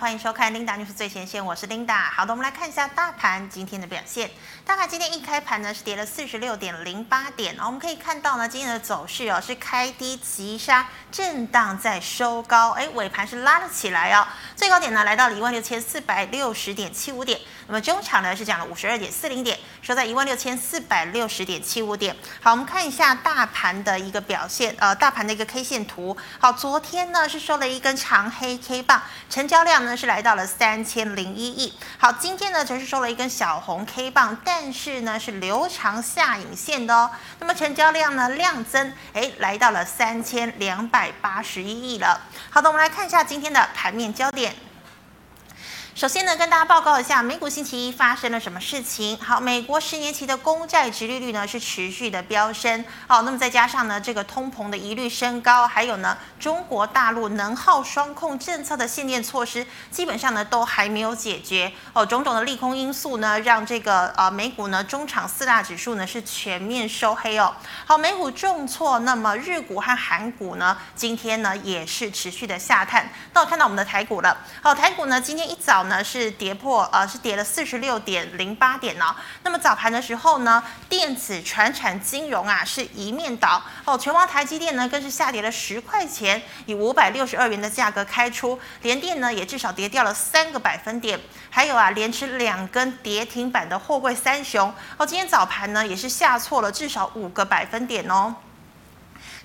欢迎收看 Linda News 最前线，我是 Linda。好的，我们来看一下大盘今天的表现。大盘今天一开盘呢是跌了四十六点零八点哦，我们可以看到呢今天的走势哦是开低急杀，震荡在收高，哎尾盘是拉了起来哦，最高点呢来到了一万六千四百六十点七五点，那么中场呢是涨了五十二点四零点，收在一万六千四百六十点七五点。好，我们看一下大盘的一个表现，呃大盘的一个 K 线图。好，昨天呢是收了一根长黑 K 棒，成交量呢。呢是来到了三千零一亿。好，今天呢则是收了一根小红 K 棒，但是呢是留长下影线的哦。那么成交量呢量增，哎，来到了三千两百八十一亿了。好的，我们来看一下今天的盘面焦点。首先呢，跟大家报告一下美股星期一发生了什么事情。好，美国十年期的公债值利率呢是持续的飙升。好，那么再加上呢这个通膨的疑虑升高，还有呢中国大陆能耗双控政策的限电措施，基本上呢都还没有解决。哦，种种的利空因素呢，让这个呃美股呢中场四大指数呢是全面收黑哦。好，美股重挫，那么日股和韩股呢今天呢也是持续的下探。那我看到我们的台股了。好，台股呢今天一早。呢是跌破，呃是跌了四十六点零八点哦。那么早盘的时候呢，电子、船产、金融啊是一面倒哦。全网台积电呢更是下跌了十块钱，以五百六十二元的价格开出。联电呢也至少跌掉了三个百分点。还有啊，连吃两根跌停板的货柜三雄哦，今天早盘呢也是下挫了至少五个百分点哦。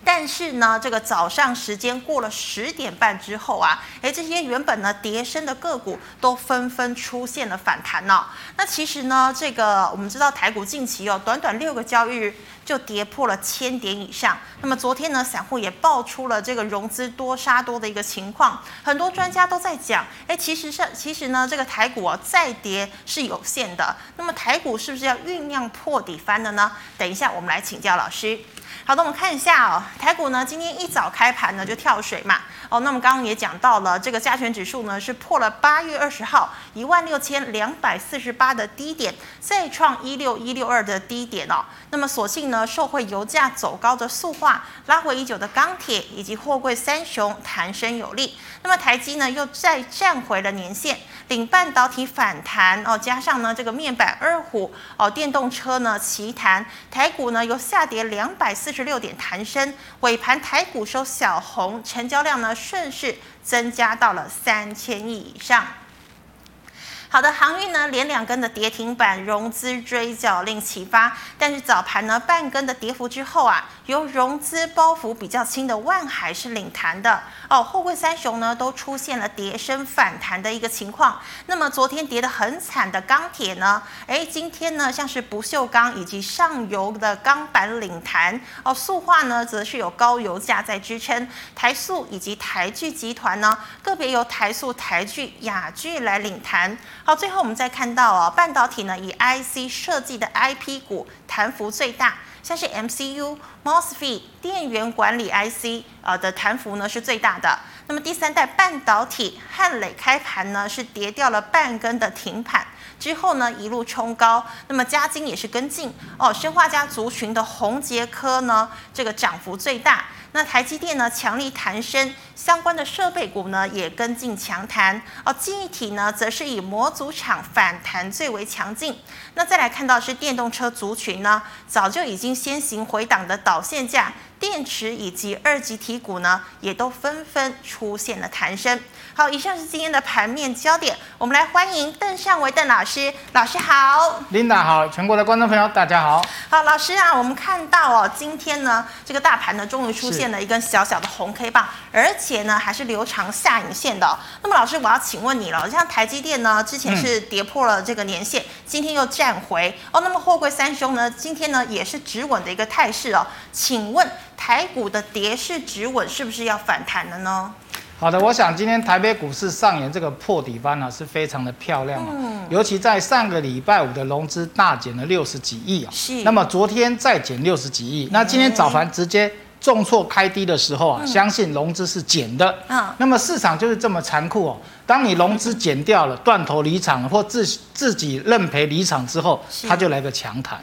但是呢，这个早上时间过了十点半之后啊，哎，这些原本呢跌升的个股都纷纷出现了反弹哦。那其实呢，这个我们知道台股近期哦，短短六个交易日就跌破了千点以上。那么昨天呢，散户也爆出了这个融资多杀多的一个情况，很多专家都在讲，哎，其实是其实呢，这个台股啊再跌是有限的。那么台股是不是要酝酿破底翻的呢？等一下我们来请教老师。好的，我们看一下哦，台股呢今天一早开盘呢就跳水嘛，哦，那我们刚刚也讲到了，这个加权指数呢是破了八月二十号一万六千两百四十八的低点，再创一六一六二的低点哦。那么所幸呢，受惠油价走高的塑化，拉回已久的钢铁以及货柜三雄弹升有力。那么台积呢又再站回了年线，领半导体反弹哦，加上呢这个面板二虎哦，电动车呢齐弹，台股呢由下跌两百四。十六点弹升，尾盘台股收小红，成交量呢顺势增加到了三千亿以上。好的，航运呢连两根的跌停板，融资追缴令启发。但是早盘呢半根的跌幅之后啊，由融资包袱比较轻的万海是领弹的哦。货柜三雄呢都出现了跌升反弹的一个情况。那么昨天跌得很惨的钢铁呢，哎，今天呢像是不锈钢以及上游的钢板领弹哦。塑化呢则是有高油价在支撑，台塑以及台剧集团呢个别由台塑、台剧、雅剧来领弹。好，最后我们再看到哦，半导体呢以 IC 设计的 IP 股弹幅最大，像是 MCU、MOSFET E 电源管理 IC 呃的弹幅呢是最大的。那么第三代半导体汉磊开盘呢是跌掉了半根的停盘，之后呢一路冲高，那么嘉金也是跟进哦，生化家族群的宏杰科呢这个涨幅最大。那台积电呢强力弹升，相关的设备股呢也跟进强弹哦。记忆体呢则是以模组厂反弹最为强劲。那再来看到是电动车族群呢，早就已经先行回档的导线价、电池以及二级体股呢，也都纷纷出现了弹升。好，以上是今天的盘面焦点，我们来欢迎邓尚维邓老师，老师好，Linda 好，全国的观众朋友大家 好。好，老师啊，我们看到哦，今天呢这个大盘呢终于出现。了一根小小的红 K 棒，而且呢还是留长下影线的、哦。那么老师，我要请问你了，像台积电呢，之前是跌破了这个年线，嗯、今天又站回哦。那么货柜三雄呢，今天呢也是止稳的一个态势哦。请问台股的跌势止稳是不是要反弹了呢？好的，我想今天台北股市上演这个破底翻呢、啊，是非常的漂亮啊。嗯、尤其在上个礼拜五的融资大减了六十几亿啊，是。那么昨天再减六十几亿，那今天早盘直接。重挫开低的时候嗯啊，嗯、相信融资是减的。嗯，那么市场就是这么残酷哦。当你融资减掉了、断头离场或自自己认赔离场之后，它就来个强弹。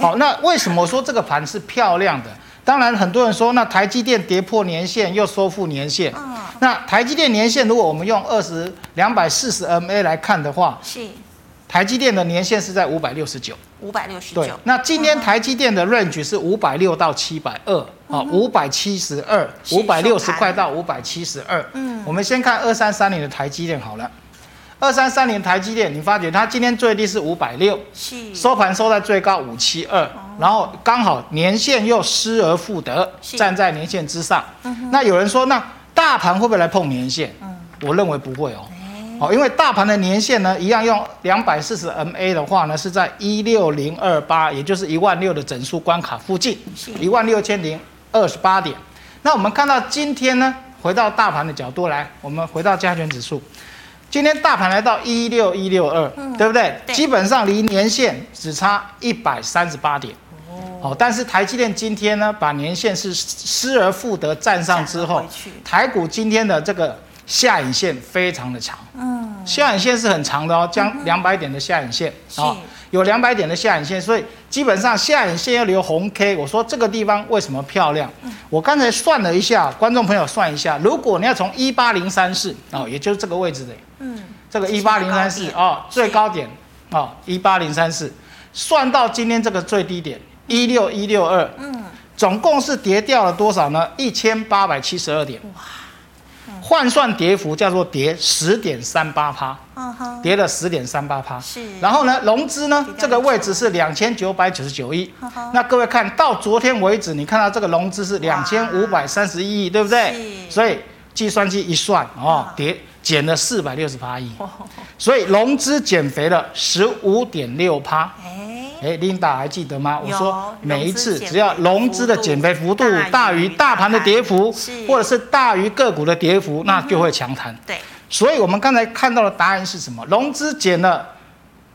好、哦，那为什么说这个盘是漂亮的？当然，很多人说，那台积电跌破年线又收复年线。嗯那台积电年线，如果我们用二十两百四十 MA 来看的话，是台积电的年线是在五百六十九。五百六十对九，，那今天台积电的 range 是五百六到七百二，啊，五百七十二，嗯是五百六收十盘块到五百七十二。嗯我们先看二三三零的台积电好了。二三三零台积电，你发觉它今天最低是五百六，是哦收盘收在最高五七二，然后刚好年线又失而复得，是嗯站在年线之上。那有人说，那大盘会不会来碰年线？我认为不会哦。哎哦，因为大盘的年线呢，一样用两百四十 MA 的话呢，是在一六零二八，也就是一万六的整数关卡附近是，一万六千零二十八点。那我们看到今天呢，回到大盘的角度来，我们回到加权指数，今天大盘来到一六一六二，对不对？嗯对基本上离年线只差一百三十八点。哦，但是台积电今天呢，把年线是失而复得站上之站后回去，台股今天的这个下影线非常的长，嗯下影线是很长的哦，将两百点的下影线，是哦，有两百点的下影线，所以基本上下影线要留红 K。我说这个地方为什么漂亮？嗯我刚才算了一下，观众朋友算一下，如果你要从一八零三四哦，也就是这个位置的嗯，这个一八零三四哦，最高点哦一八零三四，算到今天这个最低点一六一六二，嗯，总共是跌掉了多少呢？一千八百七十二点，换算跌幅叫做跌十点三八趴，嗯哼，跌了十点三八趴。是然后呢，融资呢跌掉这个位置是两千九百九十九亿呵呵，那各位看到昨天为止，你看到这个融资是啊哇两千五百三十一亿，对不对？是所以计算机一算哦啊，跌减了四百六十八亿。哦所以融资减肥了十五点六趴。哎，哎，Linda 还记得吗？我有说每一融次资减只要肥融幅资的度减肥幅度大大于于大盘的跌幅是，嗯或者是大于个股的跌幅，那就会强弹。对，所以我们刚才看到的答案是什么？融资减了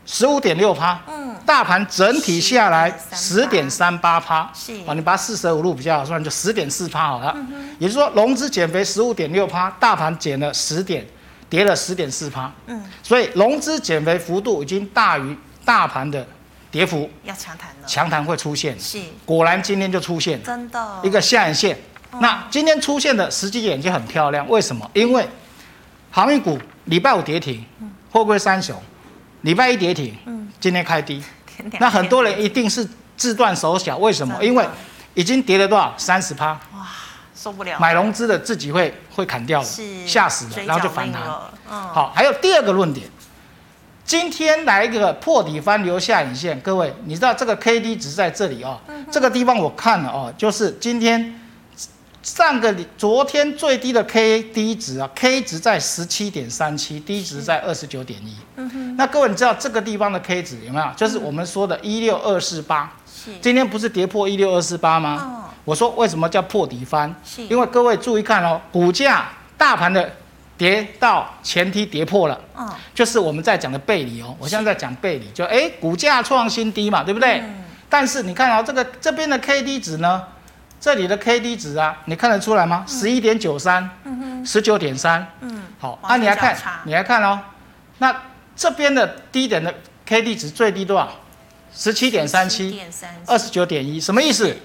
十五点六趴，嗯，大盘整体下来十点10.38三八趴，是啊，你把四舍五入比较好算，就十点四趴好了。也就是说，融资减肥十五点六趴，大盘减了十点，跌了十点四趴。嗯，所以融资减肥幅度已经大于大盘的跌幅，要强谈了，强弹会出现。是果然今天就出现了真的一个下影线。那今天出现的时机点就很漂亮，为什么？因为航运股礼拜五跌停，货柜三雄礼拜一跌停，今天开低。天两那很多天人一定是自断手脚，为什么？真的因为已经跌了多少？三十趴，受不了，买融资的自己会会砍掉了是，吓死了，水然后就饺反令弹。了，嗯，好，还有第二个论点，今天来一个破底翻留下影线，各位，你知道这个 K D 值在这里哦，这个地方我看了哦，就是今天上个礼昨天最低的 K D 值啊，K 值在十七点三七，D 值在二十九点一。那各位，你知道这个地方的 K 值有没有？就是我们说的一六二四八。是今天不是跌破一六二四八嗯吗？我说为什么叫破底翻是？因为各位注意看哦，股价大盘的跌到前提跌破了，嗯，就是我们在讲的背离哦。我现在在讲背离，就哎股价创新低嘛，对不对？嗯但是你看哦，这个这边的 K D 值呢，这里的 K D 值啊，你看得出来吗？十一点九三，十九点三，嗯，好，哇啊，你来这看交叉，你来看哦，那这边的低点的 K D 值最低多少？十七点三七。点三二十九点一，什么意思？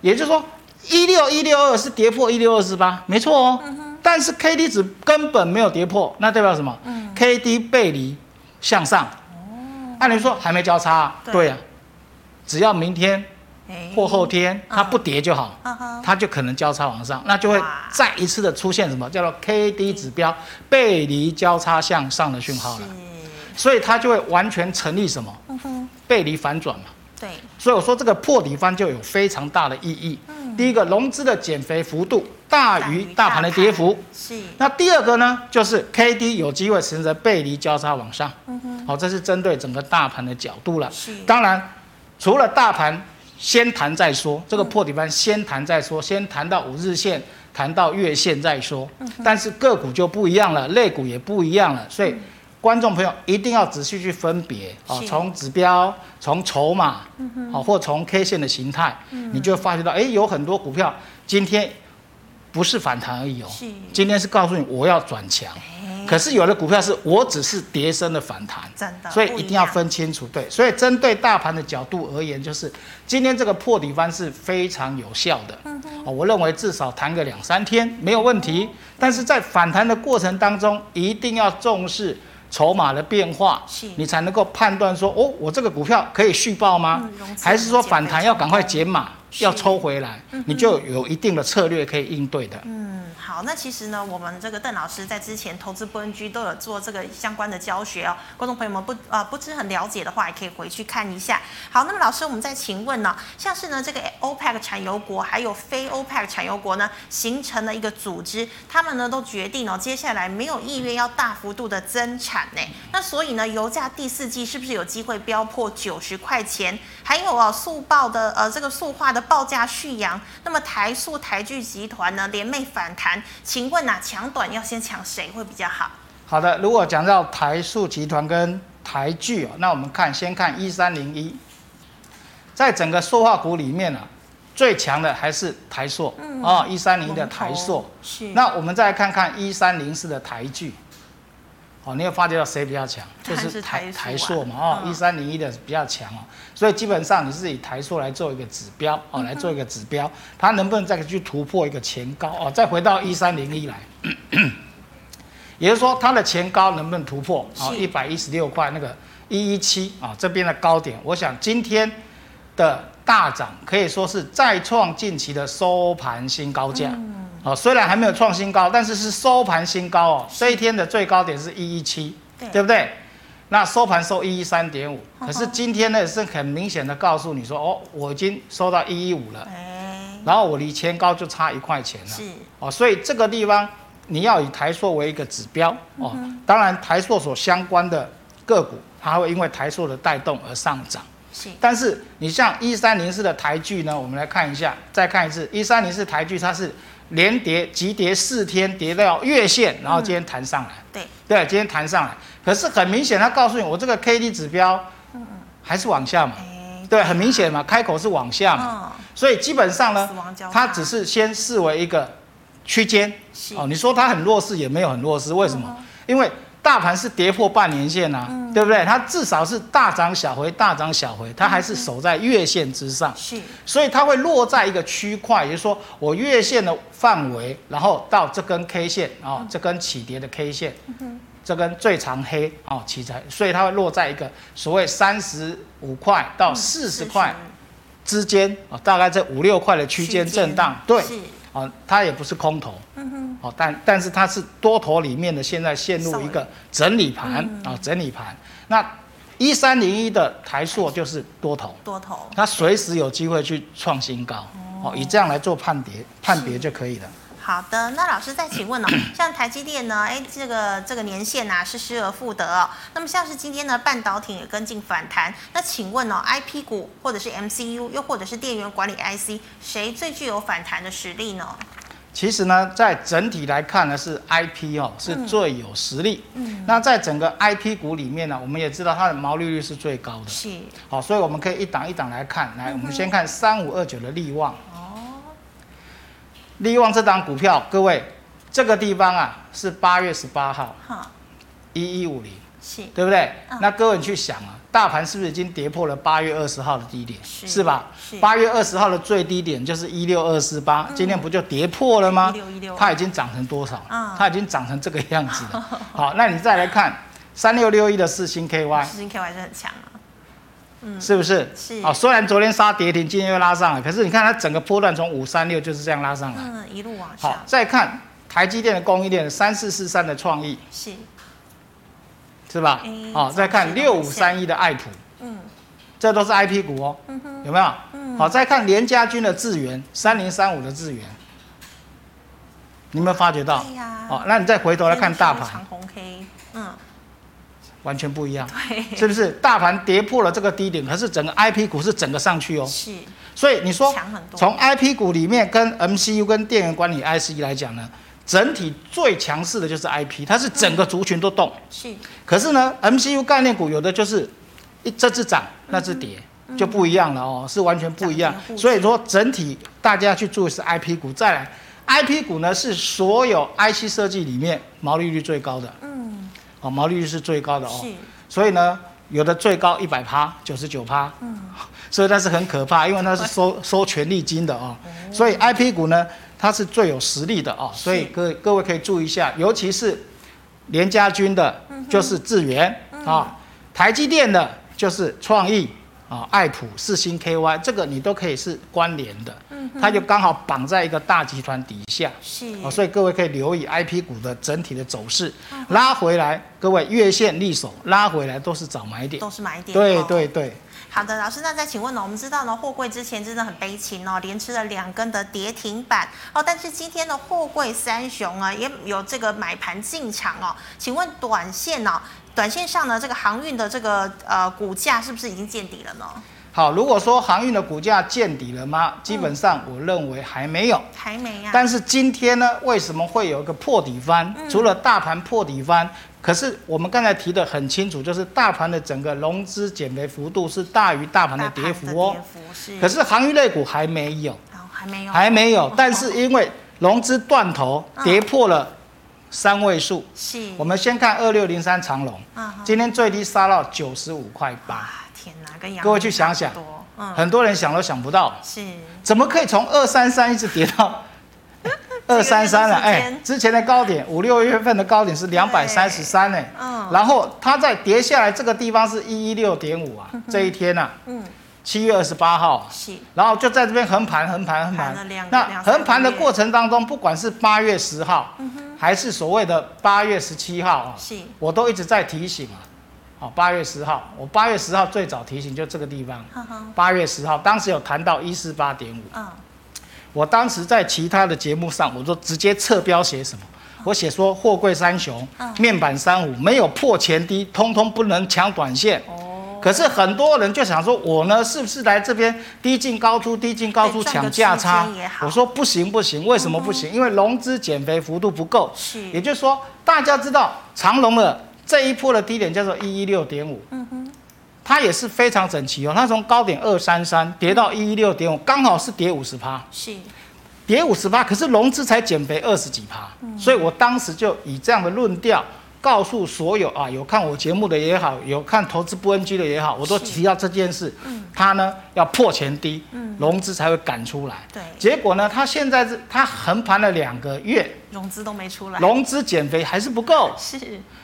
也就是说，一六一六二是跌破一六二四八，没错哦。但是 K D 值根本没有跌破，那代表什么、k 嗯 D 背离向上。按理说还没交叉、啊，哦对对呀、啊，只要明天哎或后，天它不跌就好，嗯哼，它就可能交叉往上，那就会哇嗯再一次的出现什么叫做 K D 指标背离交叉向上的讯号了，是，所以它就会完全成立什么嗯哼，背离反转嘛。对，所以我说这个破底翻就有非常大的意义。嗯第一个，融资的减肥幅度大于啊大盘的跌幅。是，那第二个呢，就是 K D 有机会随着背离交叉往上。嗯哼，好、这是针对整个大盘的角度了。是当然，除了大盘先谈再说，嗯这个破底翻先谈再说，先谈到五日线，谈到月线再说。嗯但是个股就不一样了，类股也不一样了，所以。观众朋友一定要仔细去分别啊，嗯是嗯从指标、从筹码，啊，或从 K 线的形态，你就会发觉到，哎，有很多股票今天不是反弹而已哦是，今天是告诉你我要转强，可是有的股票是我只是跌升的反弹，嗯真的所以不一一定要样分清楚。对，所以针对大盘的角度而言，就是今天这个破底翻是非常有效的。嗯哦，我认为至少弹个两三天没有问题。但是在反弹的过程当中，一定要重视筹码的变化，是你才能够判断说，哦，我这个股票可以续报吗嗯融？资还是说反弹要赶快减减码，是要抽回来，你就有一定的策略可以应对的。嗯，好，那其实呢，我们这个邓老师在之前投资不 NG 都有做这个相关的教学哦，观众朋友们不啊、不是很了解的话，也可以回去看一下。好，那么老师，我们再请问呢、像是呢这个 OPEC 产油国还有非 OPEC 产油国呢，形成了一个组织，他们呢都决定哦，接下来没有意愿要大幅度的增产呢。那所以呢，油价第四季是不是有机会飙破九十块钱？还有啊，速报的呃这个塑化的报价续扬，那么台塑、台剧集团呢联袂反弹，请问呐、抢短要先抢谁会比较好？好的，如果讲到台塑集团跟台剧哦，那我们看先看一三零一，在整个塑化股里面啊，最强的还是台塑，哦，一三零的台塑。是那我们再来看看一三零四的台剧，哦，你有发觉到谁比较强？当就然是是台台台塑啊塑嘛，哦，嗯一三零一的比较强哦，所以基本上你是以台塑来做一个指标嗯哦，来做一个指标，它能不能再去突破一个前高哦，再回到一三零一来。也就是说，它的前高能不能突破啊？是一百一十六块那个一一七啊，这边的高点，我想今天的大涨可以说是再创近期的收盘新高价。嗯哦，虽然还没有创新高，但是是收盘新高哦。这一天的最高点是一一七对，对不对？那收盘收一一三点五，呵呵可是今天呢是很明显的告诉你说，哦，我已经收到一一五了，哎，然后我离前高就差一块钱了。是哦，所以这个地方你要以台塑为一个指标哦。嗯当然，台塑所相关的个股，它会因为台塑的带动而上涨。是但是你像一三零四的台剧呢，我们来看一下，再看一次一三零四台剧，它是连跌急跌四天，跌到月线，然后今天弹上来。对，对，今天弹上来，可是很明显，它告诉你我这个 K D 指标还是往下嘛。哎，对，很明显嘛，开口是往下嘛。嗯，所以基本上呢死亡交，叉它只是先视为一个区间是嗯哦。你说它很弱势，也没有很弱势，为什么？因为大盘是跌破半年线啊，对不对？它至少是大涨小回，大涨小回，它还是守在月线之上，是所以它会落在一个区块，也就是说我月线的范围，然后到这根 K 线啊、嗯哦，这根起跌的 K 线，这根最长黑啊、哦、起在，所以它会落在一个所谓三十五块嗯到四十块。之间啊、大概在五六块的区间震荡，对，是啊、它也不是空头，嗯哼，哦，但但是它是多头里面的，现在陷入一个整理盘啊、整理盘。那一三零一的台塑就是多头，多头。它随时有机会去创新高，哦，以这样来做判别判别就可以了。好的，那老师再请 问哦，像台积电呢，哎，这个这个年限呐、啊是失而复得哦。那么像是今天呢，半导体也跟进反弹，那请问哦，IP 股或者是 MCU，又或者是电源管理 IC，谁最具有反弹的实力呢？其实呢，在整体来看呢，是 IP 哦是最有实力。嗯，那在整个 IP 股里面呢，我们也知道它的毛利率是最高的。是好，所以我们可以一档一档来看。来，我们先看三五二九的利旺。哦，利旺这档股票，各位，这个地方啊是八月十八号哈，一一五零，是对不对？嗯那各位你去想啊，大盘是不是已经跌破了八月二十号的低点？是吧是？嗯八月二十号的最低点就是一六二四八，今天不就跌破了吗？ 1616它已经涨成多少了？嗯它已经涨成这个样子 了。好，那你再来看三六六一的四星 KY。四星 K 还是很强啊，是不是？是啊、虽然昨天杀跌停，今天又拉上来，可是你看它整个波段从五三六就是这样拉上来。嗯，一路往好上，，再看台积电的供应链三四四三的创意，是是吧？好、嗯再看总之六都五很像三一的爱普，嗯，这都是 IP 股哦，嗯哼，有没有？好、再看联家军的智源三零三五的智源，你有没有发觉到对？哎呀，哦，那你再回头来看大今天就是盘，长红 K，嗯， 完全不一样，对，是不是？大盘跌破了这个低点，可是整个 IP 股是整个上去哦。是所以你说强很多从 IP 股里面跟 MCU 跟电源管理 IC 来讲呢，整体最强势的就是 IP，它是整个族群都动。是可是呢，MCU 概念股有的就是一这只涨，那只跌。就不一样了哦，是完全不一样涨跌互。见所以说整体大家去注意是 IP 股，再来 IP 股呢是所有 IC 设计里面毛利率最高的，嗯，哦，毛利率是最高的哦。是，所以呢，有的最高一百趴，九十九趴，嗯，所以它是很可怕，因为它是收收权利金的哦。所以 I P 股呢，它是最有实力的哦，所以各各位可以注意一下，尤其是联家军的，就是智源啊，台积电的就是创意。啊，爱普、四星 KY 这个你都可以是关联的，它就刚好绑在一个大集团底下，是，哦，所以各位可以留意 I P 股的整体的走势，嗯拉回来，各位月线力守，拉回来都是早买点。都是买点。对哦对对，好的，老师，那再请问呢？我们知道呢，货柜之前真的很悲情哦，连吃了两根的跌停板哦。但是今天的货柜三雄啊，也有这个买盘进场哦。请问短线呢、短线上呢，这个航运的这个呃股价是不是已经见底了呢？好，如果说航运的股价见底了吗？基本上我认为还没有。还没啊。但是今天呢，为什么会有一个破底翻？嗯除了大盘破底翻，可是我们刚才提的很清楚，就是大盘的整个融资减肥幅度是大于大盘的大跌盘幅哦跌。幅是，可是航运类股还没有。哦哦还没有，还没有，但是因为融资断头跌破了三位数，是我们先看二六零三长龙嗯哼，今天最低杀到九十五块八，啊，天哪，跟杨各位去想想多，嗯，很多人想都想不到，是怎么可以从二三三一直跌 到二三三了？这个哎、月之间之前的高点五六月份的高点是两百三十三哎，嗯然后它再跌下来这个地方是一一六点五啊，这一天啊，嗯七月二十八号啊、是然后就在这边横盘、横盘、横盘了两两盘。那三个横盘的月嗯过程当中，不管是八月十号，还是所谓的八月十七号啊，是我都一直在提醒啊。好，八月十号，我八月十号最早提醒就这个地方呵呵，八月十号，当时有谈到一四八点五，嗯我当时在其他的节目上，我就直接侧标写什么？我写说货柜三雄嗯、面板三五没有破前低，通通不能抢短线。哦，可是很多人就想说，我呢是不是来这边低进高出、低进高出对哎赚个抢价差区间也？好嗯我说不行不行，为什么不行？因为融资减肥幅度不够。是也就是说，大家知道长隆的这一波的低点叫做一一六点五，嗯哼，它也是非常整齐哦。它从高点二三三跌嗯到一一六点五，刚好是跌五十趴，是跌五十趴，可是融资才减肥二十几趴，嗯所以我当时就以这样的论调。告诉所有啊，有看我节目的也好，有看投资不 NG 的也好，我都是嗯提到这件事。它呢要破前低，融资才会赶出来。对结果呢，它现在是它横盘了两个月，融资都没出来，融资减肥还是不够，是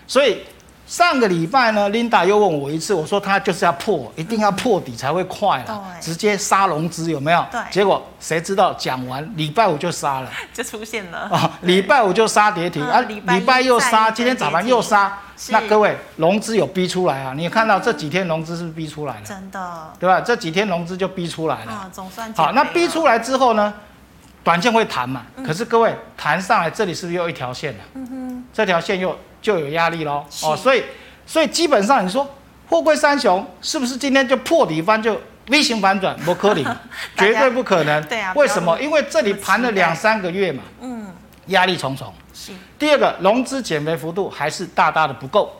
所以上个礼拜呢，Linda 又问我一次，我说她就是要破，一定要破底才会快啦，对直接杀融资有没有？对结果谁知道讲完礼拜五就杀了。就出现了啊，礼拜五就杀跌停嗯啊，礼拜一礼拜又再一杀，根今天早盘又跌杀停，那是嗯各位融资有逼出来啊？你有看到这几天融资是不是逼出来了，真的啊、对吧？这几天融资就逼出来了。嗯总算好，那逼来出来之后呢，短线会弹嘛？嗯可是各位弹上来，这里是不是又一条线了？这条线又就有压力喽。是，哦，所以所以基本上你说货柜三雄是不是今天就破底翻就 V 型反转？不可能 绝对不可能。对啊为什么？不要那么因为这里盘了那么期待两三个月嘛，嗯压力重重。是第二个，融资减肥幅度还是大大的不够，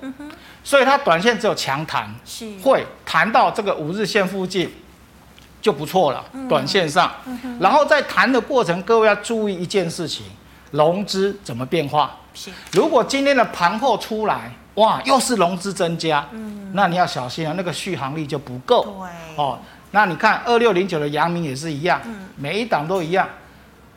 所以它短线只有强弹，是会弹到这个五日线附近就不错了，短线上。然后在弹的过程，各位要注意一件事情，融资怎么变化。是如果今天的盘后出来，哇，又是融资增加，那你要小心啊，那个续航力就不够。对哦，那你看二六零九的阳明也是一样，每一档都一样，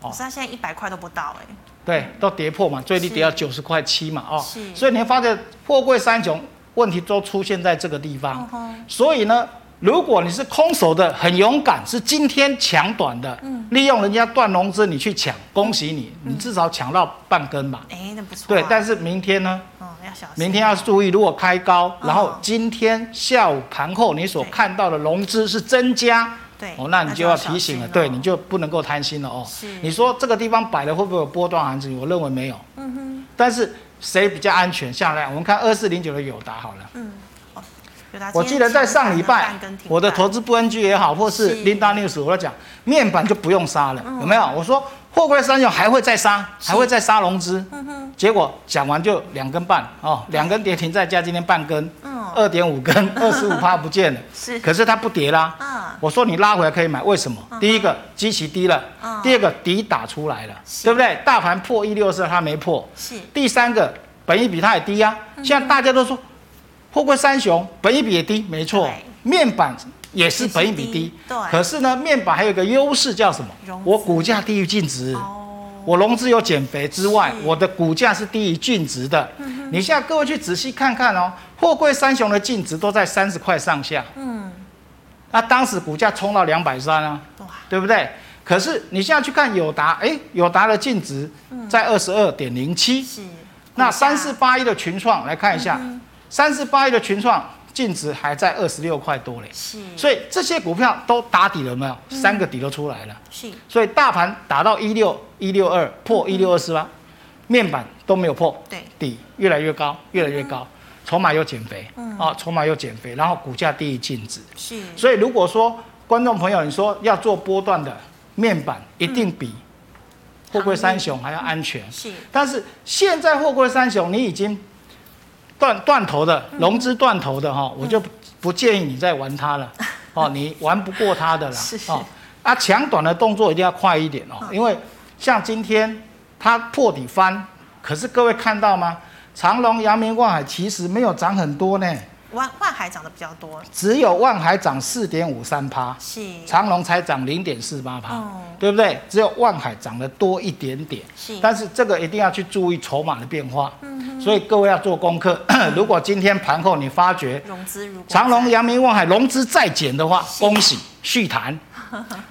哦可是他现在一百块都不到哎、对，都跌破嘛，最低跌到九十块七嘛，哦是，所以你会发现货柜三雄问题都出现在这个地嗯方。哼，所以呢，如果你是空手的，很勇敢，是今天抢短的，利用人家断融资你去抢，恭喜你，你至少抢到半根吧。哎、那不错、啊，对，但是明天呢？嗯要小心，明天要注意，如果开高，嗯然后今天下午盘后你所对看到的融资是增加，对哦，那你就要提醒了，对，你就就不能够贪心了哦是。你说这个地方摆了会不会有波段行情？我认为没有。嗯哼但是谁比较安全？下来我们看二四零九的友达好了。嗯，哦有他我今记天得在上礼拜半根停，板我的投资不 NG 也好，或是是嗯 Linda News，我在讲面板就不用杀了，有没有？我说货柜三角还会再杀，还会再杀融资。嗯结果讲完就两根半哦，两根跌停再加今天半根，嗯二点五 根，二十五趴不见了。是可是它不跌啦。嗯我说你拉回来可以买，为什么？第一个基期低了嗯，第二个底打出来了，是对不对？大盘破一六四，它没破。是第三个本益比它也低呀、嗯啊。现在大家都说，货柜三雄本益比也低，没错对，面板也是本益比也是低低。对可是呢，面板还有一个优势叫什么融资？我股价低于净值。哦，我融资有减肥之外是，嗯我的股价是低于净值的。你现在各位去仔细看看哦，货柜三雄的净值都在三十块上下，嗯，那当时股价冲到两百三啊，哇，对不对？可是你现在去看友达，哎，友达的净值嗯在二十二点零七，是。那股价三四八一的群创来看一嗯下，三四八一的群创净值还在二十六块多嘞，是，嗯所以这些股票都打底了没有？三个底都出来了。是所以大盘打到一六一六二破一六二四八，面板都没有破，嗯对嗯底越来越高，越来越高，筹码又减肥，啊，筹码又减肥，然后股价低于净值，是，所以如果说观众朋友你说要做波段的面板，一定比嗯货柜三雄还要安全，是但是现在货柜三雄你已经断断头的嗯融资断头的哈、我就不建议你再玩 它了，哦，你玩不过它的啦，是嗯哦，啊，抢短的动作一定要快一点哦，因为像今天它破底翻，可是各位看到吗？长隆、阳明、万海其实没有涨很多呢，万万海涨得比较多，只有万海涨四点五三趴，是长隆才涨零点四八趴哦，对不对？只有万海涨得多一点点。是，嗯但是这个一定要去注意筹码的变化，所以各位要做功课。 如果今天盘后你发觉融资如果长隆、在阳明、望海融资再减的话，恭喜续谈；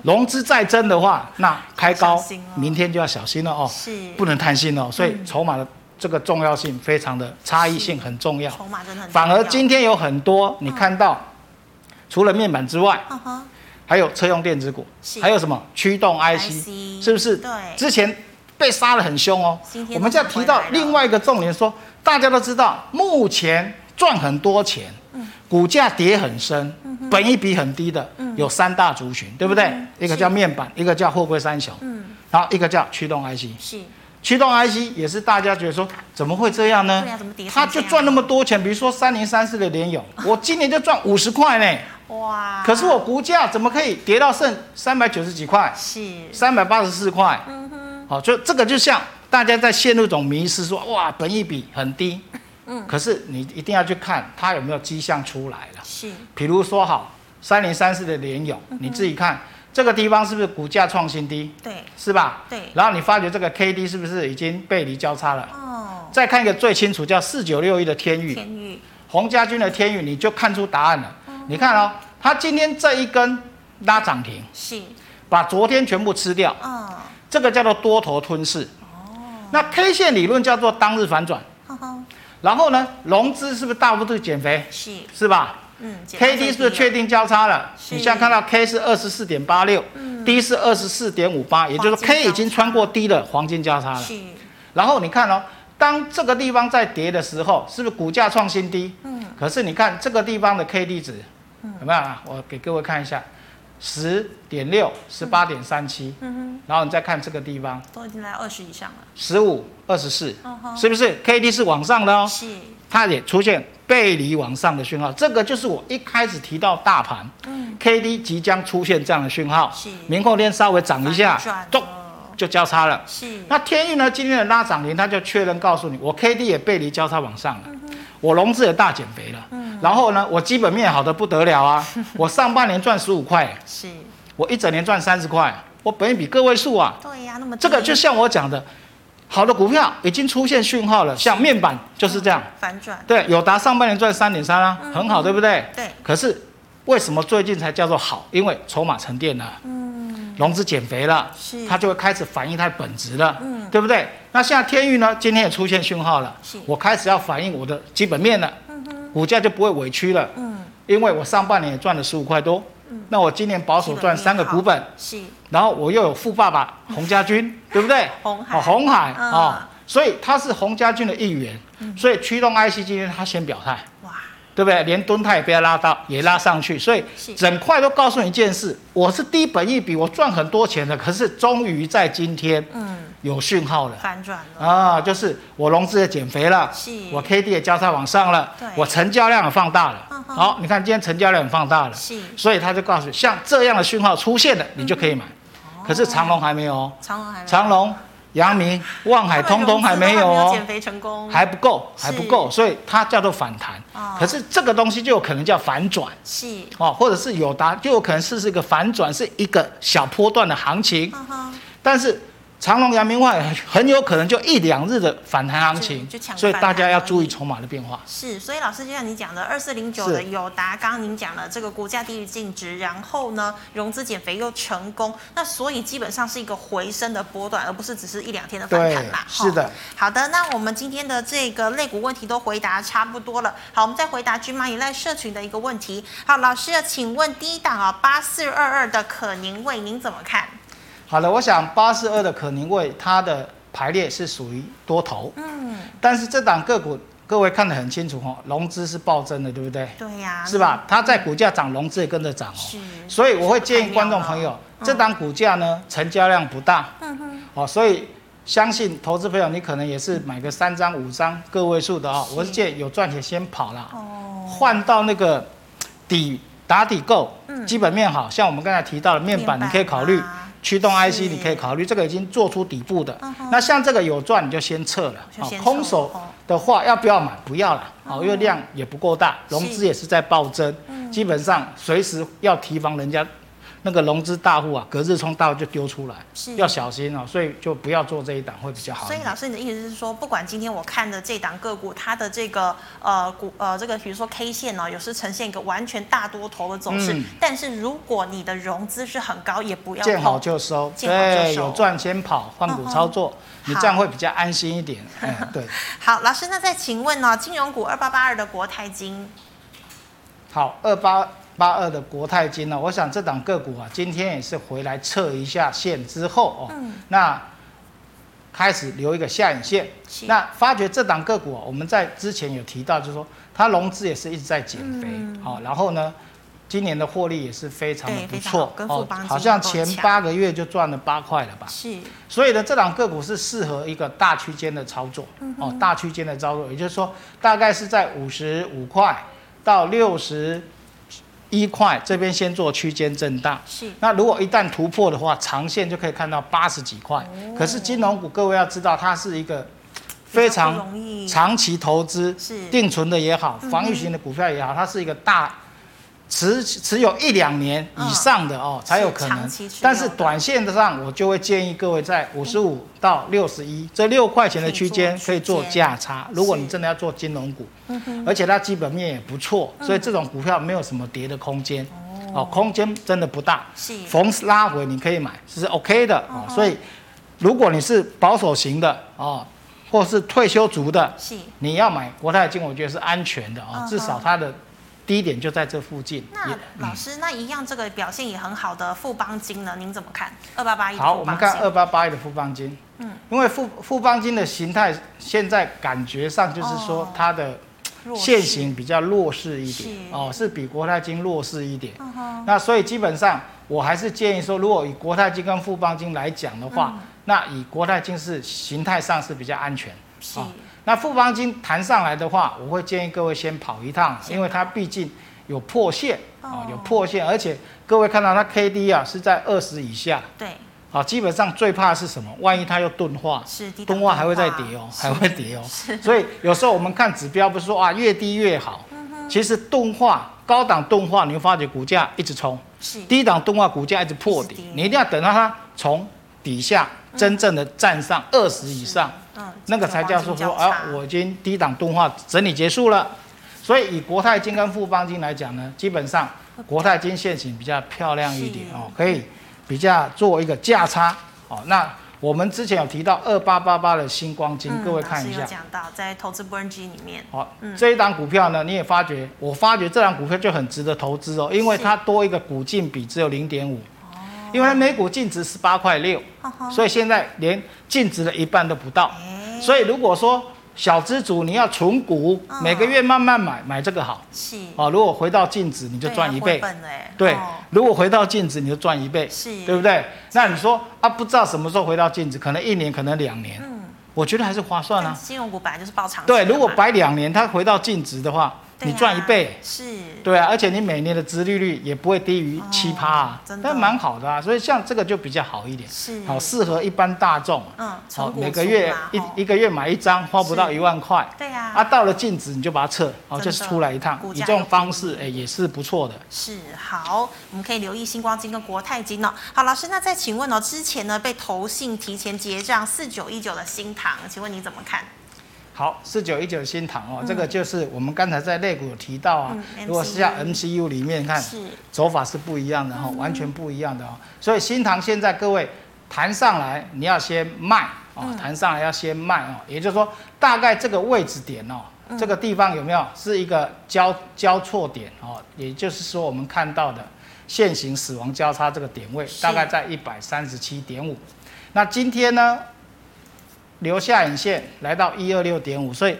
融资再增的话，那开小高心哦，明天就要小心了哦，是嗯不能贪心哦。所以筹码的这个重要性非常的差异性很重要。筹码真的很重要，反而今天有很多你看到，除了面板之外，嗯哼还有车用电子股是，还有什么驱动 IC IC，是不是？对之前被杀得很凶哦今。天我们现在提到另外一个重点说，大家都知道，目前赚很多钱，嗯股价跌很深，本益比很低的，嗯有三大族群，对不对？一个叫面板，一个叫货柜三雄，嗯然后一个叫驱动 IC。是驱动 IC 也是大家觉得说怎么会这样呢？对啊怎么跌成他这就样赚那么多钱，比如说三零三四的联友，我今年就赚五十块呢。哇，可是我股价怎么可以跌到剩三百九十几块、是三百八十四块？嗯哼好，就这个就像大家在陷入一种迷失说，哇，本益比很低。嗯可是你一定要去看它有没有迹象出来了。是比如说好，三零三四的联友，嗯你自己看这个地方是不是股价创新低，对是吧？对然后你发觉这个 K D 是不是已经背离交叉了？哦，再看一个最清楚，叫四九六一的天域。天宇洪家军的天宇，你就看出答案了。你看哦，它今天这一根拉涨停，是把昨天全部吃掉，嗯这个叫做多头吞噬。哦那 K 线理论叫做当日反转。哼哼然后呢，融资是不是大幅度减肥？是是吧嗯？K D 是不是确定定交叉了？是嗯你现在看到 K 是二十四点八六，D 是二十四点五八，也就是说黄金交 K 叉已经穿过 D 的黄金交叉了。是然后你看哦，当这个地方在跌的时候，是不是股价创新低？嗯，可是你看这个地方的 K D 值，有没有啊？我给各位看一下，十点六、十八点三七，嗯然后你再看这个地方，哼都已经来二十以上了，十五、二十四嗯，哼是不是 K D 是往上的哦？是它也出现背离往上的讯号，这个就是我一开始提到大盘、嗯 K D 即将出现这样的讯号是，明后天稍微涨一下反，转咚了就交叉了。是那天运呢，今天的拉涨停，它就确认告诉你，我 K D 也背离交叉往上了，我融资也大减肥了，然后呢，我基本面好的不得了啊，我上半年赚十五块，是我一整年赚三十块，我本益比个位数啊，对呀，那么这个低就像我讲的，好的股票已经出现讯号了，像面板就是这样，反转对，友达上半年赚三点三啊，很好，对不对？对可是为什么最近才叫做好？因为筹码沉淀了，嗯融资减肥了是，它就会开始反映它的本质了，嗯对不对？那现在天域呢，今天也出现讯号了是，我开始要反映我的基本面了，股价就不会委屈了，嗯因为我上半年也赚了十五块多，那我今年保守赚三个股本，是然后我又有富爸爸洪家军，对不对？嗯 红海哦红海嗯哦，所以他是洪家军的一员，所以驱动 IC 今天他先表态。哇对不对？连蹲它也被它拉到，也拉上去，所以是整块都告诉你一件事：我是低本一笔，我赚很多钱的，可是终于在今天嗯有讯号了反转了啊！就是我融资也减肥了是，我 K D 也交叉往上了对，我成交量也放大了嗯。哼好，你看今天成交量也放大了，是嗯所以他就告诉你，啊像这样的讯号出现了，你就可以买。可是长隆还没有哦，长隆还没长隆阳明、望海通通还没有他们融资都还没哦有，减肥成功，还不够，还不够，所以它叫做反弹哦。可是这个东西就有可能叫反转 是，哦，或者是友达就有可能是是一个反转，是一个小波段的行情。嗯哼，但是长隆、阳明、万海很有可能就一两日的反弹行情就就抢，所以大反弹家要而已注意筹码的变化。是，所以老师就像你讲的，二四零九是的友达，刚刚您讲的这个股价低于净值，然后呢融资减肥又成功，那所以基本上是一个回升的波段，而不是只是一两天的反弹啦。对是的齁。好的，那我们今天的这个类股问题都回答差不多了。好，我们再回答军马以赖社群的一个问题。好，老师，请问第一档啊八四二二的可宁卫您怎么看？好的，我想八四二的可宁味它的排列是属于 多头，嗯，但是这档个股各位看得很清楚哦，融资是暴增的，对不对？对呀、是吧？它在股价涨，融资也跟着涨哦。是。所以我会建议观众朋友，啊这档股价呢成交量不大，嗯哼，哦，所以相信投资朋友你可能也是买个三张五张个位数的哦。是我是建议有赚钱先跑啦，哦，换到那个底打底够嗯，基本面好像我们刚才提到的面面板，板你可以考虑啊驱动是 IC，你可以考虑这个已经做出底部的嗯哼。那像这个有赚你就先撤了就，先撤空手哦的话要不要买？不要了，哦，因为量也不够大，是嗯融资也是在暴增，基本上随时要提防人家。那个融资大户啊，隔日冲大户就丢出来是，要小心哦，所以就不要做这一档会比较好一所点。以老师，你的意思是说，不管今天我看的这档个股，它的这个呃股呃这个，比如说 K 线哦呢、有时呈现一个完全大多头的走势，嗯但是如果你的融资是很高，也不要见好碰。就收，见好就对，收嗯有赚先跑，换股操作，你这样会比较安心一 点。嗯，对，好，老师，那再请问呢、金融股二八八二的国泰金，好，二八八二的国泰金呢，我想这档个股啊，今天也是回来测一下线之后哦，嗯那开始留一个下影线是。那发觉这档个股啊，我们在之前有提到，就是说它融资也是一直在减肥，嗯好、然后呢。今年的获利也是非常的对不非常好错跟富哦邦金，好像都很前强八个月就赚了八块了吧？是所以呢，这档个股是适合一个大区间的操作、哦，大区间的操作，也就是说，大概是在五十五块到六十一块这边先做区间震荡。是那如果一旦突破的话，长线就可以看到八十几块。可是金融股，各位要知道，它是一个比非较常不容易长期投资嗯是，嗯定存的也好，防御型的股票也好，它是一个大持持有一两年以上的哦，才有嗯可是能长期持有的。但是短线的上，我就会建议各位在五十五到六十一这六块钱的区间嗯可可以以做做区间价差。如果是嗯你真的要做金融股，而且它基本面也不错，所以这种股票没有什么跌的空间。哦，空间真的不大，是嗯逢拉回你可以买，是 OK 的哦。所以，如果你是保守型的哦，或是退休族的，是。你要买国泰金，我觉得是安全的哦嗯，至少它的低点就在这附近。也嗯那老师，那一样这个表现也很好的富邦金呢，您怎么看？二八八一。好，我们看二八八一的富邦金，嗯因为富富邦金的形态现在感觉上就是说哦它的弱势现形比较弱势一点是哦，是比国泰金弱势一点。嗯哼那所以基本上，我还是建议说，如果以国泰金跟富邦金来讲的话，嗯那以国泰金是形态上是比较安全。是哦那富邦金弹上来的话，我会建议各位先跑一趟，先跑因为它毕竟有破线啊、哦有破线，而且各位看到它 K D 啊是在二十以下。对，啊，基本上最怕的是什么？万一它又钝化，是低档钝化还会再钝化跌哦，还会跌哦。 所以有时候我们看指标，不是说啊越低越好，嗯其实钝化高档钝化，你会发觉股价一直冲，是低档钝化股价一直破一直底跌，你一定要等到它从底下真正的站上二十以上，嗯，那个才叫做这个黄金交说啊叉，我已经低档钝化整理结束了。所以以国泰金跟富邦金来讲呢，基本上国泰金现行比较漂亮一点是哦，可以比较做一个价差哦。那我们之前有提到二八八八的星光金，嗯各位看一老师有下。讲到在投资 b r n g 里面，好、这一档股票呢，你也发觉，我发觉这档股票就很值得投资哦，因为是哦它多一个股净比只有零点五，因为它每股净值十八块六，呵呵所以现在连净值的一半都不到。哎所以如果说小资主你要存股嗯，每个月慢慢买，买这个好是哦。如果回到净值，你就对赚啊一回倍。本哎，对哦，如果回到净值，你就赚一倍，是对不对？那你说啊，不知道什么时候回到净值，可能一年，可能两年，嗯，我觉得还是划算但啊。金融股本来就是爆长期的 对，嘛啊如果摆两年，它回到净值的话，你赚一倍。是，对啊，而且你每年的殖利率也不会低于七趴啊哦真，的但蛮好的啊，所以像这个就比较好一点，是好适合一般大众，啊嗯存好股每族个月嘛哦一一个月买一张，花不到是一万块，对啊啊到了净值你就把它撤，哦真的就是出来一趟股，价以这种方式哎也是不错的。是好，我们可以留意星光金跟国泰金哦。好，老师，那再请问哦，之前呢被投信提前结账四九一九的新塘，请问你怎么看？好，四九一九新塘哦，这个就是我们刚才在肋骨有提到啊，嗯如果是像 MCU 里面看，是走法是不一样的哈、哦，完全不一样的哦。所以新塘现在各位弹上来，你要先卖哦，弹上来要先卖哦，也就是说大概这个位置点哦，这个地方有没有是一个交交错点哦？也就是说我们看到的现行死亡交叉这个点位是大概在一百三十七点五。那今天呢，留下影线来到一二六点五，所以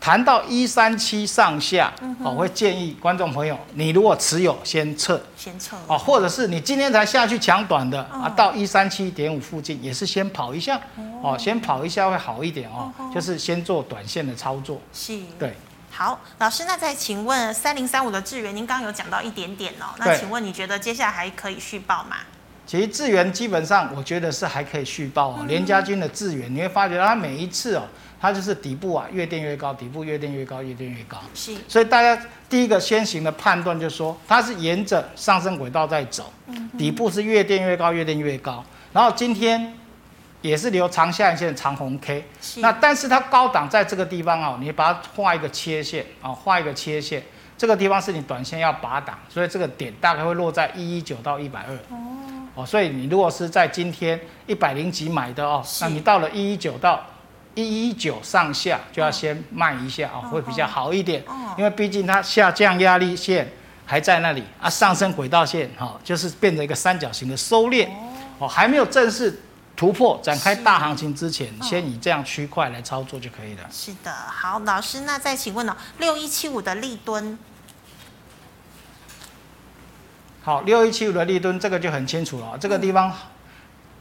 谈到一三七上下，我、会建议观众朋友，你如果持有先撤先撤了哦，或者是你今天才下去抢短的、啊，到一三七点五附近也是先跑一下哦先跑一下会好一点哦，就是先做短线的操作，是。对。好，老师，那再请问三零三五的智源，您刚刚有讲到一点点哦，那对请问你觉得接下来还可以续报吗？其实智源基本上我觉得是还可以续报哦，联家军的智源，你会发觉它每一次哦，它就是底部啊越垫越高，底部越垫越高，越垫越高。是所以大家第一个先行的判断就是说，它是沿着上升轨道在走，底部是越垫越高，越垫越高。然后今天也是留长下影线的长红 K，是，那但是它高档在这个地方哦，你把它画一个切线啊、哦，画一个切线，这个地方是你短线要拔档，所以这个点大概会落在一一九到一百二。哦，所以你如果是在今天一百零几买的哦，是那你到了一一九到一一九上下就要先卖一下哦，嗯会比较好一点哦，因为毕竟它下降压力线还在那里啊，上升轨道线哈、哦，就是变成一个三角形的收敛哦，还没有正式突破展开大行情之前，先以这样区块来操作就可以了。是的。好，老师，那再请问哦，六一七五的立敦好，六一七五的立吨这个就很清楚了，这个地方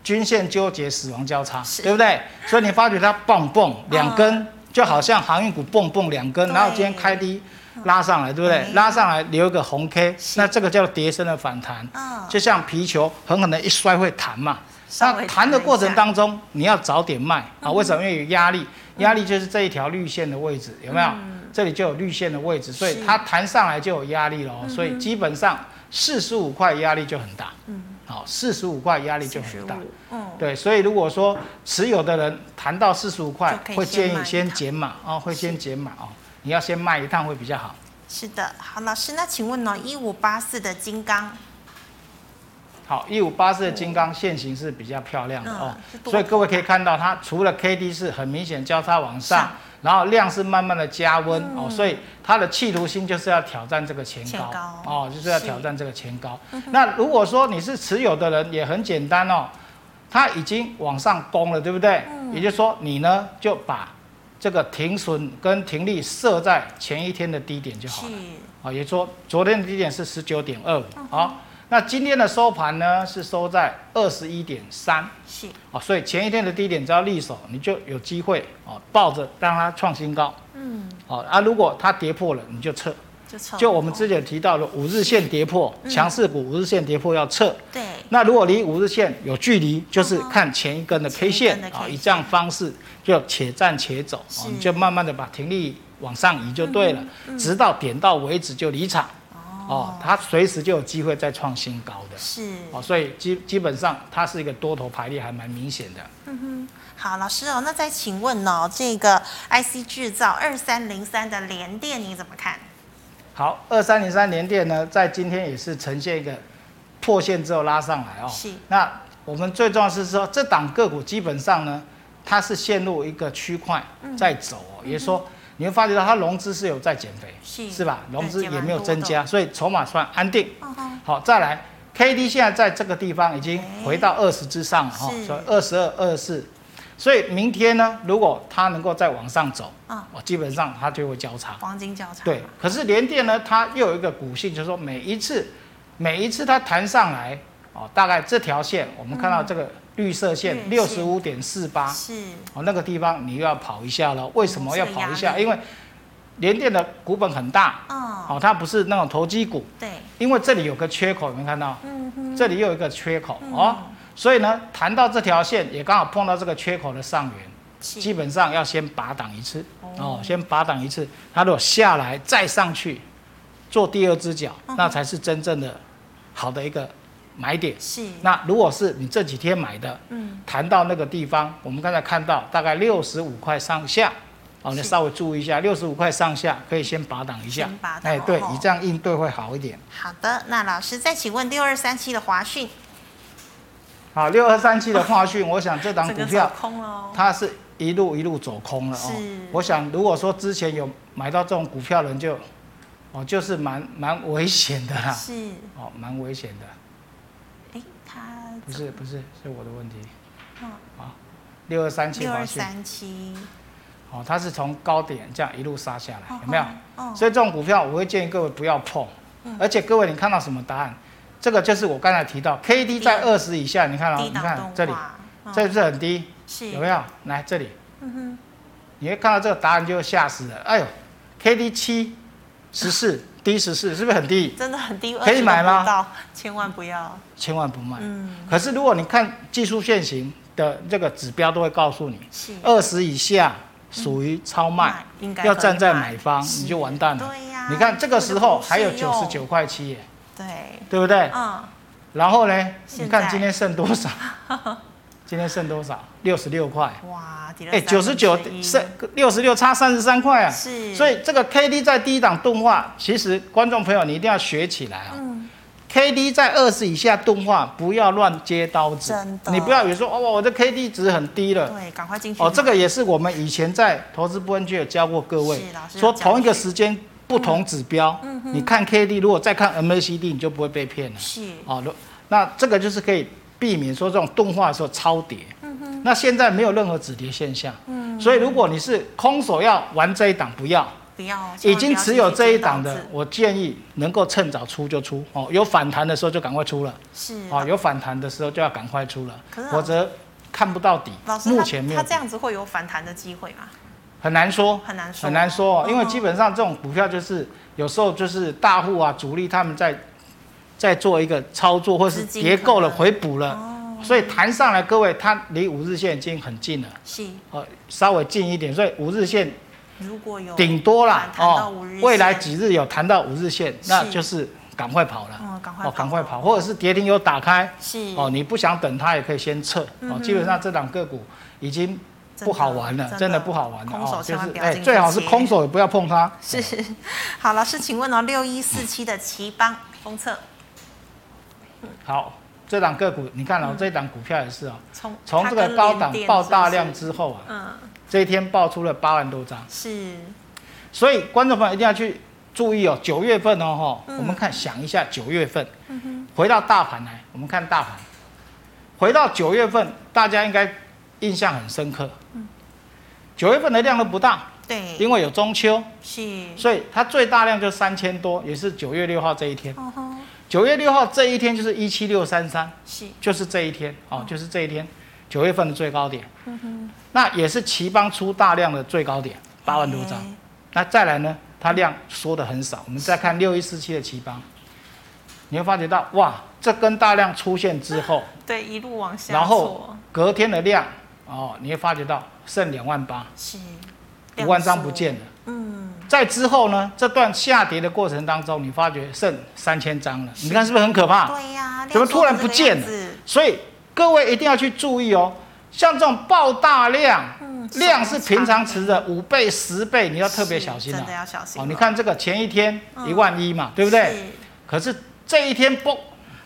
均线纠结死亡交叉，嗯是嗯对不对？所以你发觉它蹦蹦两根，就好像航运股蹦蹦两根，对然后今天开低拉上来，对不对？嗯拉上来留一个红 K，是那这个叫跌升的反弹，嗯就像皮球狠狠的一摔会弹嘛。稍那微弹的一过程下嗯当中，你要早点卖啊！为什么？因为有压力，压力就是这一条绿线的位置，有没有？这里就有绿线的位置，所嗯以是它弹上来就有压力了哦，所以基本上四十五块压力就很大，嗯，好，四十五块压力就很45大。嗯，对，所以如果说持有的人谈到四十五块就可，以会建先卖议一先趟减码哦，会先减码哦，你要先卖一趟会比较好。是的。好，老师，那请问哦，一五八四的金刚好，一五八四的金刚线型是比较漂亮的哦嗯是，多所以各位可以看到，它除了 K D 是很明显交叉往上上，嗯然后量是慢慢的加温哦，所以它的企图心就是要挑战这个前前高高哦，就是要是嗯挑战这个前高。那如果说你是持有的人，也很简单哦，它已经往上攻了，对不对？嗯也就是说，你呢就把这个停损跟停利设在前一天的低点就好了。是啊，也说昨天的低点是十九点二五，好，那今天的收盘呢是收在二十一点三，是啊，所以前一天的低点只要立守，你就有机会啊，抱着让它创新高，嗯，好啊，如果它跌破了，你就撤，就错就我们了之前提到的五日线跌破，强势股五日线跌破要撤。对那如果离五日线有距离，就是嗯哼看前一根的 K 前一根线的 K 啊，线以这样方式就且战且走，是嗯哦你就慢慢的把停利往上移就对了，直到点到为止就离场。哦，它随时就有机会再创新高的。是哦，所以基基本上它是一个多头排列，还蛮明显的。好，老师哦，那再请问哦，这个 IC 制造二三零三的联电你怎么看？好，二三零三连电呢，在今天也是呈现一个破线之后拉上来哦。是那我们最重要是说，这档个股基本上呢，它是陷入一个区块嗯在走哦，也就是说，你会发觉到它融资是有在减肥，是吧？对融资减也蛮没有多增的加，所以筹码算安定。哦哦，好，再来，K D 现在在这个地方已经回到二十之上了哈哎是，所以二十二、二四，所以明天呢，如果它能够再往上走，嗯我基本上它就会交叉。黄金交叉对，可是联电呢，它又有一个股性，就是说每一次，每一次它弹上来，哦，大概这条线，我们看到这个绿色线绿六线十五点四八，是哦，那个地方你又要跑一下了。为什么要跑一是压下？力因为联电的股本很大，哦，好、它不是那种投机股，对，因为这里有个缺口，你们看到，嗯哼，这里又有一个缺口哦，所以呢，谈到这条线也刚好碰到这个缺口的上缘，基是本上要先拔档一次哦哦，先拔档一次，它如果下来再上去，做第二只脚，嗯哼那才是真正的好的一个买点。是，那如果是你这几天买的，嗯，谈到那个地方，我们刚才看到大概六十五块上下，哦，你是稍微注意一下，六十五块上下可以先拔档一下先拔，档哎，对哦你这样应对会好一点。好的，那老师再请问六二三七的华讯，好，六二三七的化讯，我想这档这股个票走空了哦，它是一路一路走空了哦是。我想，如果说之前有买到这种股票的人就，哦，就是蛮蛮危险的啦，是，哦，蛮危险的，哎，它不是不是是我的问题嗯。啊，六二三七六华二讯，三七，哦，它是从高点这样一路杀下来，有没有？哦？所以这种股票，我会建议各位不要碰嗯。而且各位，你看到什么答案？这个就是我刚才提到，K D 在二十以下，你看哦啊，低你档看动这里，画，哦这是不是很低？是有没有？来这里，嗯哼，你会看到这个答案就吓死了。哎呦，K D 七十四低十四，是不是很低？真的很低，可以买吗20哎都不到？千万不要，千万不卖。嗯，可是如果你看技术线型的这个指标，都会告诉你，是二十以下属于超卖，应嗯该要可以站在买方是你就完蛋了。对呀，你看这个时候还有这九个不十适九用，块七耶，对，对不对？嗯，然后呢？现你看在今天剩 多少？今天剩多少？六十六块。哇，跌了哎，九十九31剩六十六差三十三块啊。是，所以这个 K D 在低档钝化，其实观众朋友你一定要学起来啊、嗯， K D 在二十以下钝化，不要乱接刀子真。的你不要以为说哦，我的 K D 值很低了。对，赶快进去哦，这个也是我们以前在投资不分区有教过各位是老，师有说教同一个学时间不同指标，嗯你看 K D，如果再看 M A C D，你就不会被骗了。是哦，如那这个就是可以避免说这种动画的时候超跌。嗯哼那现在没有任何止跌现象，嗯所以如果你是空手要玩这一档，不要，不要，千已万不经要持有进去这一接档刀的子，我建议能够趁早出就出哦，有反弹的时候就赶快出了，是哦，有反弹的时候就要赶快出了嗯可是，老否则看不到底老。师，目他前没有他底这样子会有反弹的机会吗？很难说，很难说，很难说哦，因为嗯基本上这种股票就是有时候就是大户啊、主力他们在在做一个操作，或是资金叠够了可能回补了，哦，所以弹上来，各位它离五日线已经很近了，是哦，稍微近一点，所以五日线如果有顶多啦反弹哦到哦五日，线未来几日有谈到五日线，那是就是赶快跑了，哦，赶快哦，赶快跑，或者是跌停有打开，是哦，你不想等它也可以先撤，嗯哦，哼基本上这档个股已经不好玩了，真的不好玩了空手哦，就千万是不要哎，进去最好是接空手也不要碰它。是，好，老师，请问哦，六一四七的奇邦封测好，这档个股你嗯看哦，这档股票也是哦，从从这个高档爆它大，量跟联电是之后啊不是，嗯，这一天爆出了八万多张，是所以观众朋友一定要去注意哦，九月份哦哈、嗯我们看想一下九月份，嗯哼回到大盘来，我们看大盘，回到九月份，大家应该印象很深刻，嗯九月份的量都不大，对，因为有中秋，是，所以它最大量就三千多，也是九月六号这一天，哦吼，九月六号这一天就是一七六三三。是，就是这一天哦，就是这一天，九月份的最高点，嗯哼，那也是奇邦出大量的最高点，八万多张。哎那再来呢，它量缩的很少。我们再看六一四七的奇邦，你会发觉到哇，这根大量出现之后，对，一路往下，然后隔天的量哦，你会发觉到剩两万八，是五万张不，见了。嗯，在之后呢，这段下跌的过程当中，你发觉剩三千张了，你看是不是很可怕？对呀，啊怎么突然不见量了缩成这个样子？所以各位一定要去注意哦，像这种爆大量，嗯啊量是平常值的五倍、十倍，你要特别小心是啊真的。要小心哦了。，你看这个前一天嗯一万一嘛，对不对？可是这一天不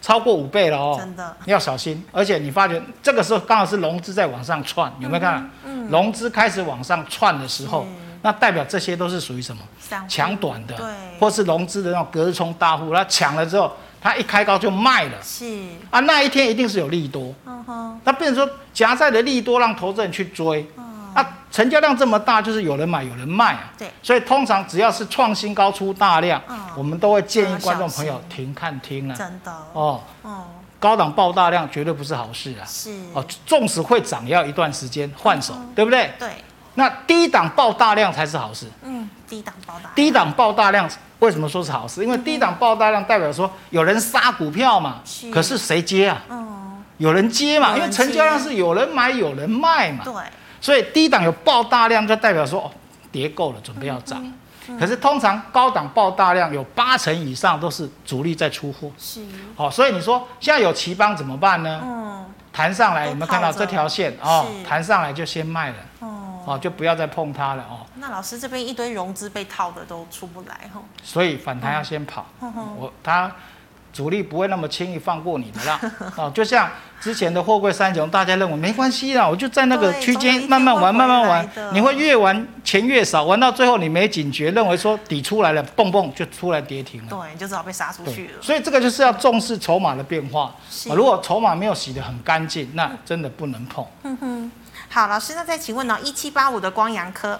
超过五倍了是？哦，真的你要小心。而且你发觉这个时候刚好是融资在往上窜，有没有看？嗯融资开始往上窜的时候是，那代表这些都是属于什么？散户抢短的，对或是融资的那种隔日冲大户，他抢了之后，他一开高就卖了。是，啊，那一天一定是有利多，嗯哼，那变成说夹在的利多让投资人去追，嗯，啊，成交量这么大，就是有人买有人卖啊。对，所以通常只要是创新高出大量，嗯我们都会建要议小观众朋友心停看听啊。真的，哦，哦，高档爆大量绝对不是好事啊。是，嗯哦，纵使会涨，也要一段时间换手，对不对？对，那低档爆大量才是好事。嗯，低档爆大，低档爆大量，为什么说是好事？因嗯为低档爆大量代表说有人杀股票嘛，是可是谁接啊？嗯，有人接嘛，有因人为接成交量是有人买有人卖嘛，对，所以低档有爆大量就代表说哦跌够了，准备要嗯涨。可是通常高档爆大量有八成以上都是主力在出货，是，好、所以你说现在有奇邦怎么办呢？嗯，弹上来有没有看到都套着这条线哦是？弹上来就先卖了，哦，哦，就不要再碰它了哦。那老师这边一堆融资被套的都出不来哈，所以反弹要先跑，嗯嗯我它主力不会那么轻易放过你的 啦。哦，就像之前的货柜三雄，大家认为没关系啦，我就在那个对总区有一间天慢慢玩，会慢慢回来玩的，你会越玩钱越少，玩到最后你没警觉，认为说底出来了，蹦蹦就出来跌停了。对，你就只好被杀出嗯对去，了。所以这个就是要重视筹码的变化。是哦如果筹码没有洗得很干净，那真的不能碰。哼嗯哼，好，老师，那再请问哦，一七八五的光阳科，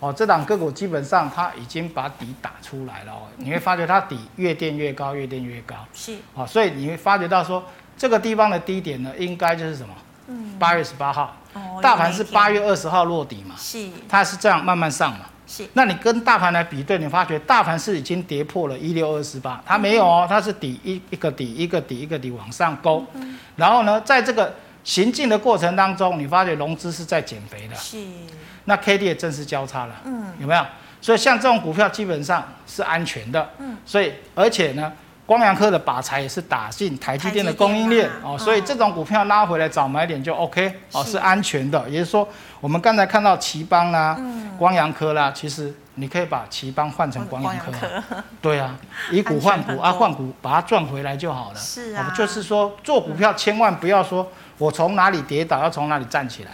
哦，这档个股基本上它已经把底打出来了哦，你会发觉它底越垫越高，越垫越高。是，啊，所以你会发觉到说，这个地方的低点呢，应该就是什么？嗯，八月十八号，哦大盘是八，有月二十号落底嘛，那一天它是这样慢慢上嘛。是是，那你跟大盘来比对，你发觉大盘是已经跌破了一六二四八，它没有哦，它是底一一个底一个底一个底往上勾，嗯然后呢，在这个行进的过程当中，你发觉融资是在减肥的，是，那 K D 也正式交叉了，嗯，有没有？所以像这种股票基本上是安全的，嗯，所以而且呢，光阳科的靶材也是打进台积电的供应链台积电嘛哦，嗯所以这种股票拉回来找买点就 OK 哦，是是安全的。也就是说，我们刚才看到奇邦啦、嗯光阳科啦，其实你可以把奇邦换成光阳科啊，科，对啊，以股换股安全很啊，多换股把它赚回来就好了。是啊哦就是说做股票千万不要说我从哪里跌倒要从哪里 站起来，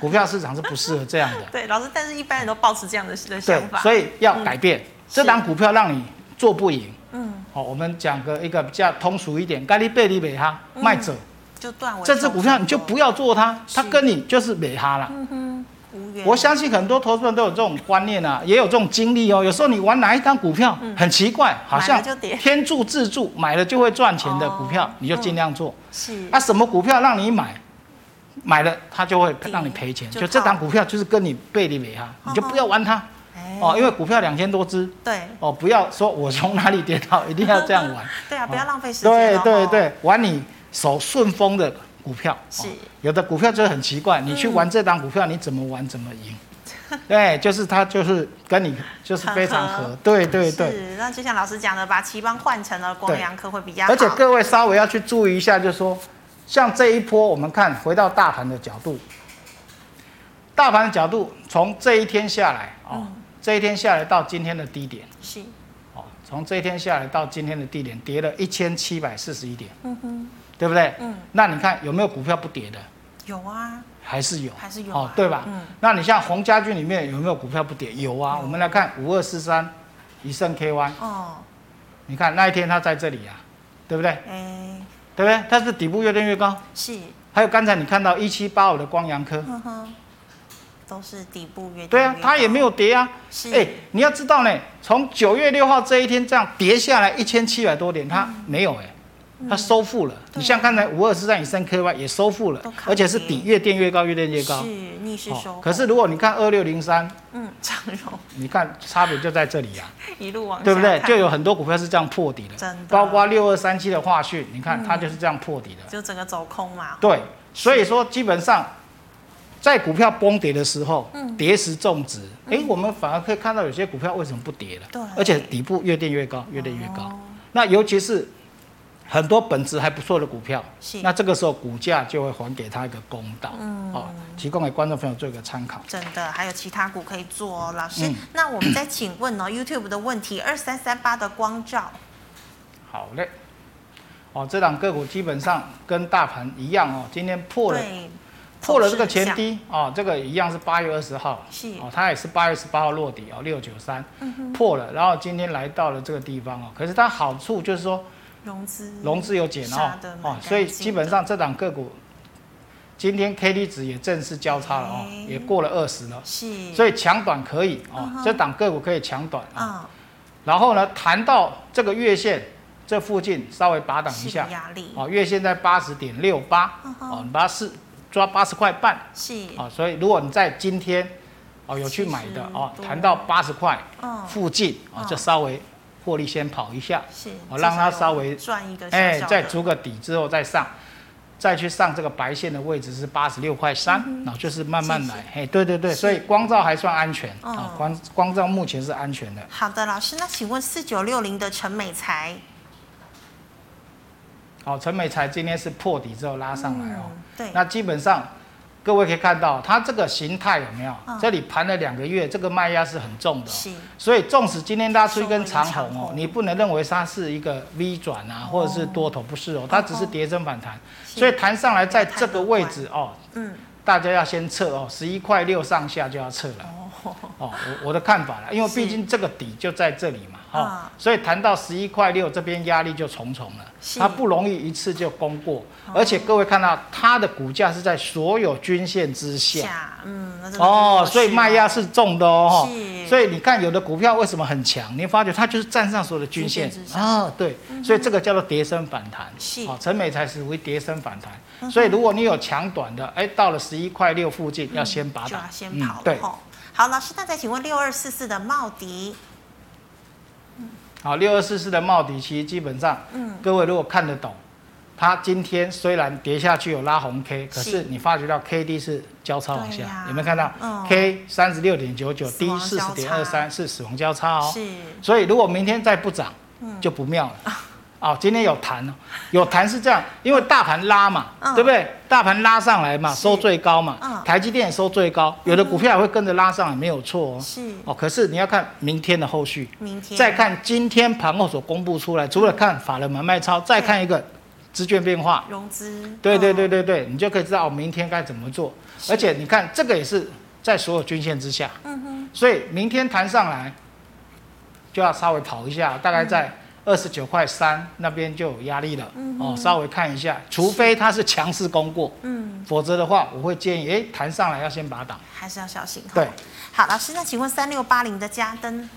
股票市场是不适合这样的。对，老师，但是一般人都抱持这样的的对想法，，所以，以要改变、这档股票，让你做不赢。嗯，好、我们讲个一个比较通俗一点，咖喱贝利美哈嗯卖者，就断尾，这只股票你就不，要做它，是它跟你就是美哈啦。嗯哼，无缘，我相信很多投资人都有这种观念啊，也有这种经历哦。有时候你玩哪一档股票、很奇怪，好嗯买像了就跌天助自助，买了就会赚钱的哦嗯股票，你就尽量做。是啊，，什么股票让你买，买了它就会让你赔钱。就就这档套股票就是跟你贝利美哈，你就哦不要玩它哎哦，因为股票两千多只，对，哦，不要说我从哪里跌倒，一定要这样玩。对啊，不要浪 费时间对了哦，对对，玩你手顺风的股票。哦是有的股票就是很奇怪，你去玩这档股票，你怎么玩怎么 赢。对，就是它就是跟你就是非常很合合。对对对。是，那就像老师讲的，把旗邦换成了光阳科会比较好，而且各位稍微要去注意一下，就是说，像这一波，我们看回到大盘的角度，大盘的角度从这一天下来哦，嗯这一天下来到今天的低点。是，哦，从这一天下来到今天的地点，跌了一千七百四十一点，嗯哼，对不对？嗯。那你看有没有股票不跌的？有啊，还是有，还是有啊哦，对吧？嗯。那你像红家军里面有没有股票不跌？有啊。有我们来看五二四三，一胜 KY，哦，你看那一天它在这里啊，对不对？哎，对不对？它是底部越垫越高。是，还有刚才你看到一七八五的光阳科，哼哼，都是底部越对啊，它也没有有跌啊。是，哎、你要知道呢，从九月六号这一天这样跌下来一千七百多点，它没有哎、它收复了。嗯对你像刚才五二四三以上 KY 也收复了都，抗而且是跌底越垫越高，越垫越高是。逆势收哦获，可是如果你看二六零三，嗯，长荣 你看差别就在这里啊，一路往下对不对？看就有很多股票是这样破底真的的，包括六二三七的化讯，你看它就是这样破底的。就整个走空嘛，对，所以说基本上在股票崩跌的时候，嗯跌时种植，哎、我们反而可以看到有些股票为什么不跌了，对而且底部越垫越高，越垫越高。哦那尤其是很多本质还不错的股票是，那这个时候股价就会还给他一个公道，嗯哦，提供给观众朋友做一个参考。真的，还有其他股可以做哦，老师。嗯那我们再请问哦，YouTube 的问题，二三三八的光照，好嘞。哦，这档个股基本上跟大盘一样哦，今天破了对，破了这个走势很前低啊、哦，这个一样是八月二十号，是嗯哦，它也是八月十八号落底哦，六九三破了，然后今天来到了这个地方哦，可是它好处就是说像融资，融资有减哦嗯杀得，蛮哦干净，的所以基本上这档个股今天 K D 值也正式交叉了哦哎，也过了二十了，是，所以以强短可以哦嗯，哼这档个股可以强短啊、嗯，然后呢，谈到这个月线这附近稍微拔档一是下哦有，压力，哦，月线在八十点六八，嗯哼哦，你把它视抓八十块半是啊、所以如果你在今天哦有去买的哦， 70谈到八十块嗯附近啊、嗯就稍微获利先跑一下，是，哦让它至少有稍微赚一个小哎，小再的筑个底之后再上，再去上这个白线的位置是八十六块三、嗯然后就是慢慢是来。哎，对对对，所以光照还算安全啊、嗯光光照目前是安全的。好的，老师，那请问四九六零的陈美才，好、哦陈美才今天是破底之后拉上来哦，嗯对，那基本上各位可以看到它这个形态有没有？嗯这里盘了两个月，这个卖压是很重的哦、是所以，纵使今天拉出一根长收了一红个长哦，红哦你不能认为它是一个 V 转啊，或者是多头，不是哦，它只是跌升反弹，是所以弹上来在这个位置哦，嗯，大家要先测哦，十一块六上下就要测了哦，哦。我我的看法啦，因为是毕竟这个底就在这里嘛，哦嗯，所以谈到十一块六这边压力就重重了是，哦它不容易一次就攻过，而且各位看到它的股价是在所有均线之下。下，嗯，那真的是弱哦，势所以卖压哦是重的哦。是所以你看有的股票为什么很强？你会发觉它就是站上所有的均线均线之上嗯啊、对，所以这个叫做跌升反弹。是嗯哦，陈美才属于跌升反弹。所以如果你有强短的，哎，到了十一块六附近要先拔嗯就档嗯要，先跑了、对，吼好，老师，那再请问六二四四的茂迪，好，六二四四的茂迪其实基本上，嗯各位如果看得懂，它今天虽然跌下去有拉红 K，可是是你发觉到 K D 是交叉往对下，呀有没有看到、嗯 K 三十六点九九死，D 亡四交十点叉二三是死亡交叉哦。是所以如果明天再不涨，嗯就不妙了。啊哦，今天有弹哦，有弹是这样，因为大盘拉嘛，嗯对不对？大盘拉上来嘛，是收最高嘛，嗯台积电也收最高，有的股票也会跟着拉上来，没有错哦。是哦，可是你要看明天的后续，明天再看今天盘后所公布出来，除了看法人买卖超，再看一个资券变化，融资，对对嗯对，对对，你就可以知道哦明天该怎么做。是而且你看，这个也是在所有均线之下，嗯哼，所以明天弹上来就要稍微跑一下，大概在二十九块三那边就有压力了。哦，稍微看一下，除非它是强势攻过，嗯，否则的话，我会建议，哎，弹上来要先拔档。还是要小心，吼对，好，老师，那请问三六八零的嘉登，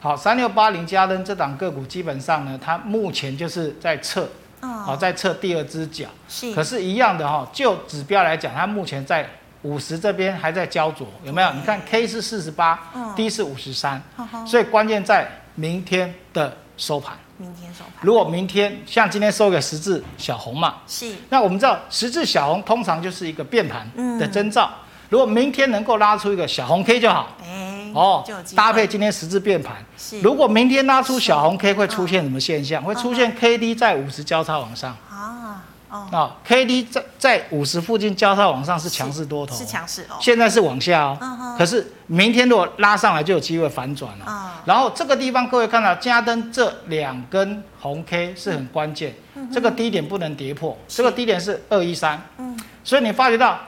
好，三六八零加登这档个股基本上呢，它目前就是在测，好、嗯，在测第二只脚。是，可是，一样的哈、就指标来讲，它目前在五十这边还在焦灼，有没有？你看 K 是四十八嗯，D 是五十三，呵呵所以关键在明天的收盘。明天首盘如果明天像今天收个十字小红嘛，是那我们知道十字小红通常就是一个变盘嗯的征兆。如果明天能够拉出一个小红 K 就好哎、哦就有机，会搭配今天十字变盘是。如果明天拉出小红 K 会出现什么现象？会嗯出现 K D 在五十交叉往上。啊，哦，啊、k D 在在五十附近交叉往上是强势多头，是强势哦，现在是往下哦。嗯哼可是明天如果拉上来，就有机会反转了、嗯然后这个地方各位看到加登这两根红 K 是很关键，这个低点不能跌破，这个低点是二一三，嗯，所以你发觉到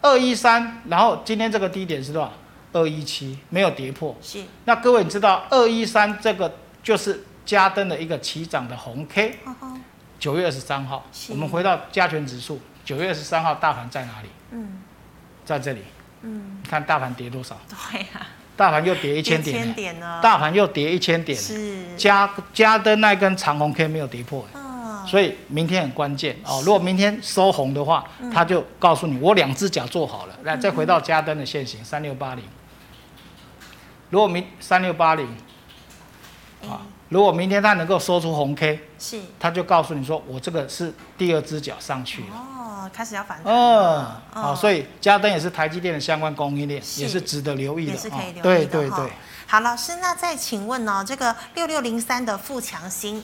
二一三，然后今天这个低点是多少？二一七没有跌破。是，那各位你知道二一三这个就是加登的一个起涨的红 K，呵呵九月二十三号，是我们回到加权指数，九月二十三号大盘在哪里？嗯在这里，嗯，你看大盘跌多少？对啊，大盘又跌一千点千欸，点呢，大盘又跌一千点欸，是，加加登那根长红 K 没有跌破欸，嗯，所以明天很关键哦。如果明天收红的话，嗯他就告诉你我两只脚做好了。来，再回到加登的现形三六八零，如果明三六八零哎、啊，如果明天它能够收出红 K，是，他就告诉你说我这个是第二只脚上去了。哦，开始要反弹嗯了，，好，嗯所以嘉登也是台积电的相关供应链，是也是值得留意的哦也是可以留意的、对对哈对，好，老师，那再请问哦，这个六六零三的富强新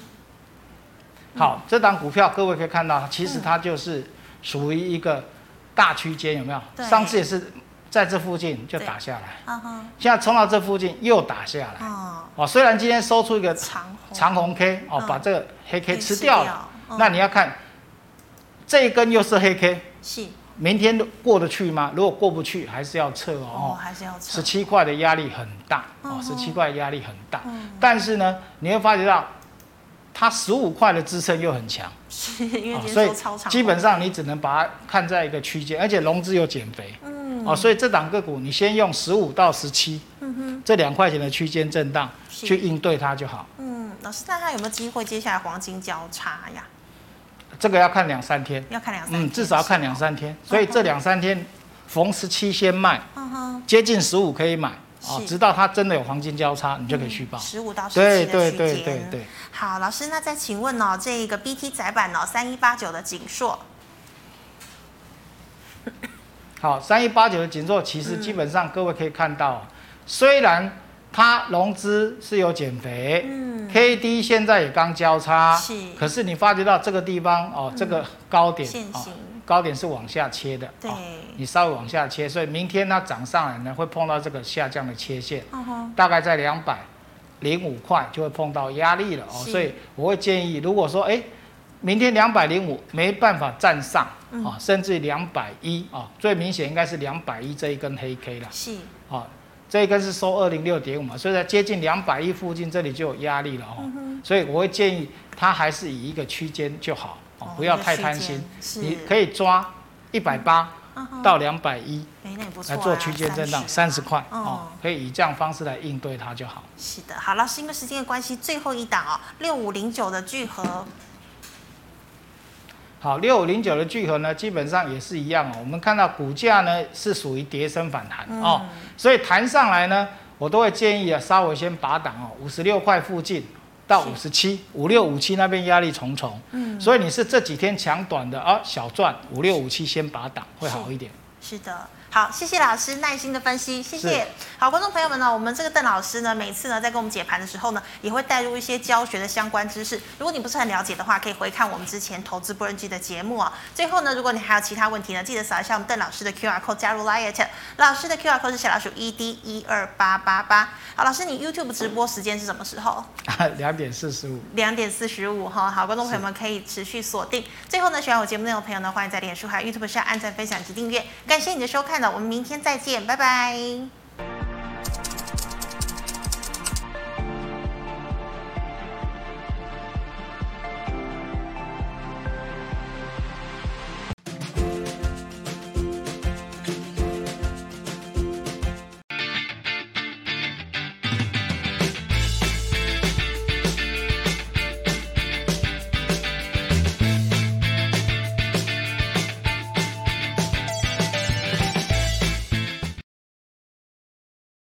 嗯好，这档股票各位可以看到，其实它就是属于一个大区间，有没有？对上次也是在这附近就打下来，啊哈，现在冲到这附近又打下来。哦，哦，虽然今天收出一个长虹长红 K，哦嗯，把这个黑 K 黑吃吃掉了掉嗯，那你要看这一根又是黑 K，是明天过得去吗？如果过不去，还是要测哦哦，哦。还是要测十七块的压力很大嗯哦，哼十七块的压力很大嗯，但是呢，你会发觉到它十五块的支撑又很强， 是因为哦今所天以收超长，基本上你只能把它看在一个区间，而且融资有减肥嗯，哦，所以这档个股你先用十五到十七嗯哼，这两块钱的区间震荡是去应对它就好。嗯，老师，那它有没有机会接下来黄金交叉呀？这个要看两三天，要看两三天，嗯，至少要看两三天。所以这两三天逢十七先卖，嗯哼，接近十五可以买，哦是，直到它真的有黄金交叉，你就可以续报。十五到十七对的对区对对间。对，好，老师，那再请问哦，这个 BT 窄板哦，三一八九的锦硕，好，三一八九的紧缩，其嗯实基本上各位可以看到啊，虽然它融资是有减肥，嗯， K D 现在也刚交叉，是嗯可是你发觉到这个地方哦，这个高点现哦行，高点是往下切的，对哦，你稍微往下切，所以明天它涨上来呢，会碰到这个下降的切线，嗯哼，大概在两百零五块就会碰到压力了哦，是所以我会建议，如果说哎，明天两百零五没办法站上啊、嗯哦甚至两百一啊，最明显应该是两百一这一根黑 K 了。是，啊，这一根是收二零六点五嘛，所以在接近两百亿附近这里就有压力了哦。嗯哼，所以我会建议它还是以一个区间就好，哦哦、不要太贪心。，你可以以抓一百八到，到两百一嗯哎，那也不错来啊，做区间震荡，三十啊块哦哦，可以以这样方式来应对它就好。是的，好，老师，因为时间的关系，最后一档哦，六五零九的聚合，好，六五零九的聚合呢，基本上也是一样哦。我们看到股价呢是属于跌升反弹、哦，嗯所以弹上来呢，我都会建议啊，稍微先拔档哦，五十六块附近到五十七、五六五七那边压力重重。嗯，所以你是这几天抢短的啊，小赚五六五七先拔档会好一点。 是的，好，谢谢老师耐心的分析，谢谢是。好，观众朋友们呢，我们这个邓老师呢，每次呢在跟我们解盘的时候呢，也会带入一些教学的相关知识。如果你不是很了解的话，可以回看我们之前投资不人机的节目啊。最后呢，如果你还有其他问题呢，记得扫一下我们邓老师的 QR code 加入 Lite，老师的 QR code 是小老鼠 ED 一二八八八。好，老师，你 YouTube 直播时间是什么时候？两点四十五，两点四十五哈，好，观众朋友们可以持续锁定。最后呢，喜欢我节目内容的朋友呢，欢迎在脸书还有 YouTube 上按赞、分享及订阅。感谢你的收看呢，我们明天再见，拜拜。